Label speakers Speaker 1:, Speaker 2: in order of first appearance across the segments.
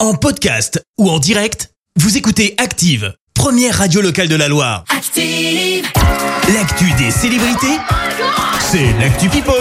Speaker 1: En podcast ou en direct, vous écoutez Active, première radio locale de la Loire.
Speaker 2: Active,
Speaker 1: L'actu des célébrités, c'est l'actu People.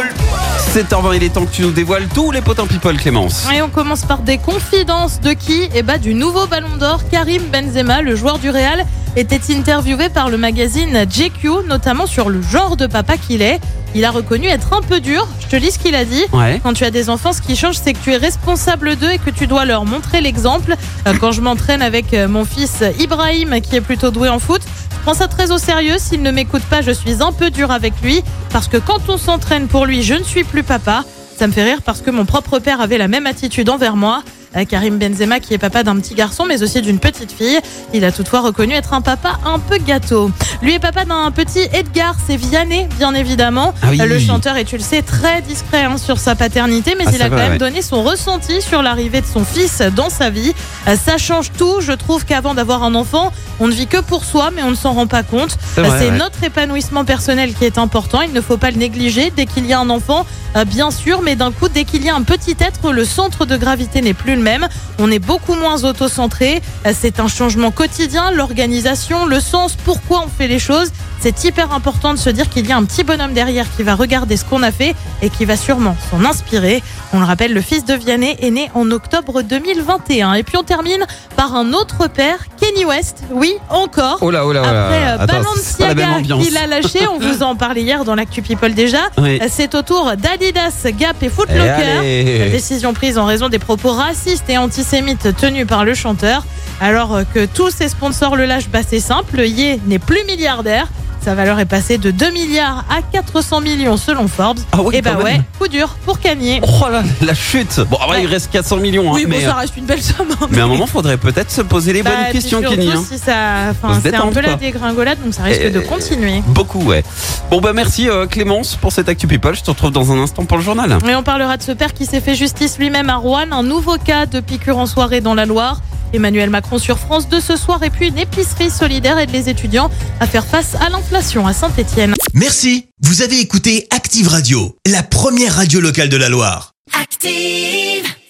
Speaker 3: 7h20, il est temps que tu nous dévoiles tous les potins people, Clémence.
Speaker 4: Et on commence par des confidences de qui Eh bah, du nouveau Ballon d'Or, Karim Benzema, le joueur du Real, était interviewé par le magazine GQ, notamment sur le genre de papa qu'il est. Il a reconnu être un peu dur. Je te lis ce qu'il a dit.
Speaker 3: Ouais.
Speaker 4: Quand tu as des enfants, ce qui change, c'est que tu es responsable d'eux et que tu dois leur montrer l'exemple. Euh, Quand je m'entraîne avec euh, mon fils Ibrahim, qui est plutôt doué en foot, je prends ça très au sérieux. S'il ne m'écoute pas, je suis un peu dur avec lui. Parce que quand on s'entraîne pour lui, je ne suis plus papa. Ça me fait rire parce que mon propre père avait la même attitude envers moi. Euh, Karim Benzema, qui est papa d'un petit garçon, mais aussi d'une petite fille. Il a toutefois reconnu être un papa un peu gâteau. Lui est papa d'un petit Edgar, c'est Vianney, bien évidemment.
Speaker 3: Ah oui.
Speaker 4: Euh, Le chanteur est, tu le sais, très discret hein, sur sa paternité, mais
Speaker 3: Ah,
Speaker 4: il
Speaker 3: ça
Speaker 4: a quand
Speaker 3: va,
Speaker 4: même
Speaker 3: ouais.
Speaker 4: donné son ressenti sur l'arrivée de son fils dans sa vie. Euh, Ça change tout. Je trouve qu'avant d'avoir un enfant, on ne vit que pour soi, mais on ne s'en rend pas compte.
Speaker 3: C'est vrai,
Speaker 4: C'est
Speaker 3: ouais.
Speaker 4: notre épanouissement personnel qui est important. Il ne faut pas le négliger dès qu'il y a un enfant, euh, bien sûr, mais d'un coup, dès qu'il y a un petit être, le centre de gravité n'est plus le même. On est beaucoup moins auto-centré. Euh, C'est un changement quotidien, l'organisation, le sens, pourquoi on fait les choses. C'est hyper important de se dire qu'il y a un petit bonhomme derrière qui va regarder ce qu'on a fait et qui va sûrement s'en inspirer. On le rappelle, le fils de Vianney est né en octobre 2021. Et puis on termine par un autre père, Kenny West. Oui, encore.
Speaker 3: Oh là, oh là, oh là.
Speaker 4: Après euh,
Speaker 3: Attends, c'est pas la même
Speaker 4: Balenciaga,
Speaker 3: ambiance.
Speaker 4: il a lâché, on vous en parlait hier dans l'actu People déjà.
Speaker 3: Ouais.
Speaker 4: Euh, C'est au tour d'Adidas, Gap et Foot
Speaker 3: Eh,
Speaker 4: Locker. La
Speaker 3: allez.
Speaker 4: décision prise en raison des propos racistes et antisémites tenus par le chanteur. Alors euh, que tous ses sponsors le lâchent, bah c'est simple, Ye n'est plus milliardaire. Sa valeur est passée de 2 milliards à 400 millions selon Forbes.
Speaker 3: Ah oui,
Speaker 4: et bah
Speaker 3: quand même.
Speaker 4: ouais, coup dur pour Kanye.
Speaker 3: Oh là, la chute. Bon, après, il reste 400 millions. hein,
Speaker 4: oui, bon,
Speaker 3: mais, euh,
Speaker 4: ça reste une belle somme. hein,
Speaker 3: mais à un
Speaker 4: mais-
Speaker 3: moment, faudrait peut-être se poser les
Speaker 4: Bah,
Speaker 3: bonnes
Speaker 4: puis
Speaker 3: questions,
Speaker 4: surtout,
Speaker 3: Kenny. hein.
Speaker 4: si ça- enfin,
Speaker 3: On se
Speaker 4: c'est un
Speaker 3: détend
Speaker 4: peu
Speaker 3: ou pas
Speaker 4: la dégringolade, donc ça risque
Speaker 3: Eh,
Speaker 4: de continuer.
Speaker 3: Beaucoup, ouais. Bon, bah merci euh, Clémence pour cette Actu People. Je te retrouve dans un instant pour le journal.
Speaker 4: Et on parlera de ce père qui s'est fait justice lui-même à Rouen, un nouveau cas de piqûre en soirée dans la Loire. Emmanuel Macron sur France 2 ce soir et puis une épicerie solidaire aide les étudiants à faire face à l'inflation à Saint-Étienne.
Speaker 1: Merci, vous avez écouté Active Radio, la première radio locale de la Loire.
Speaker 2: active.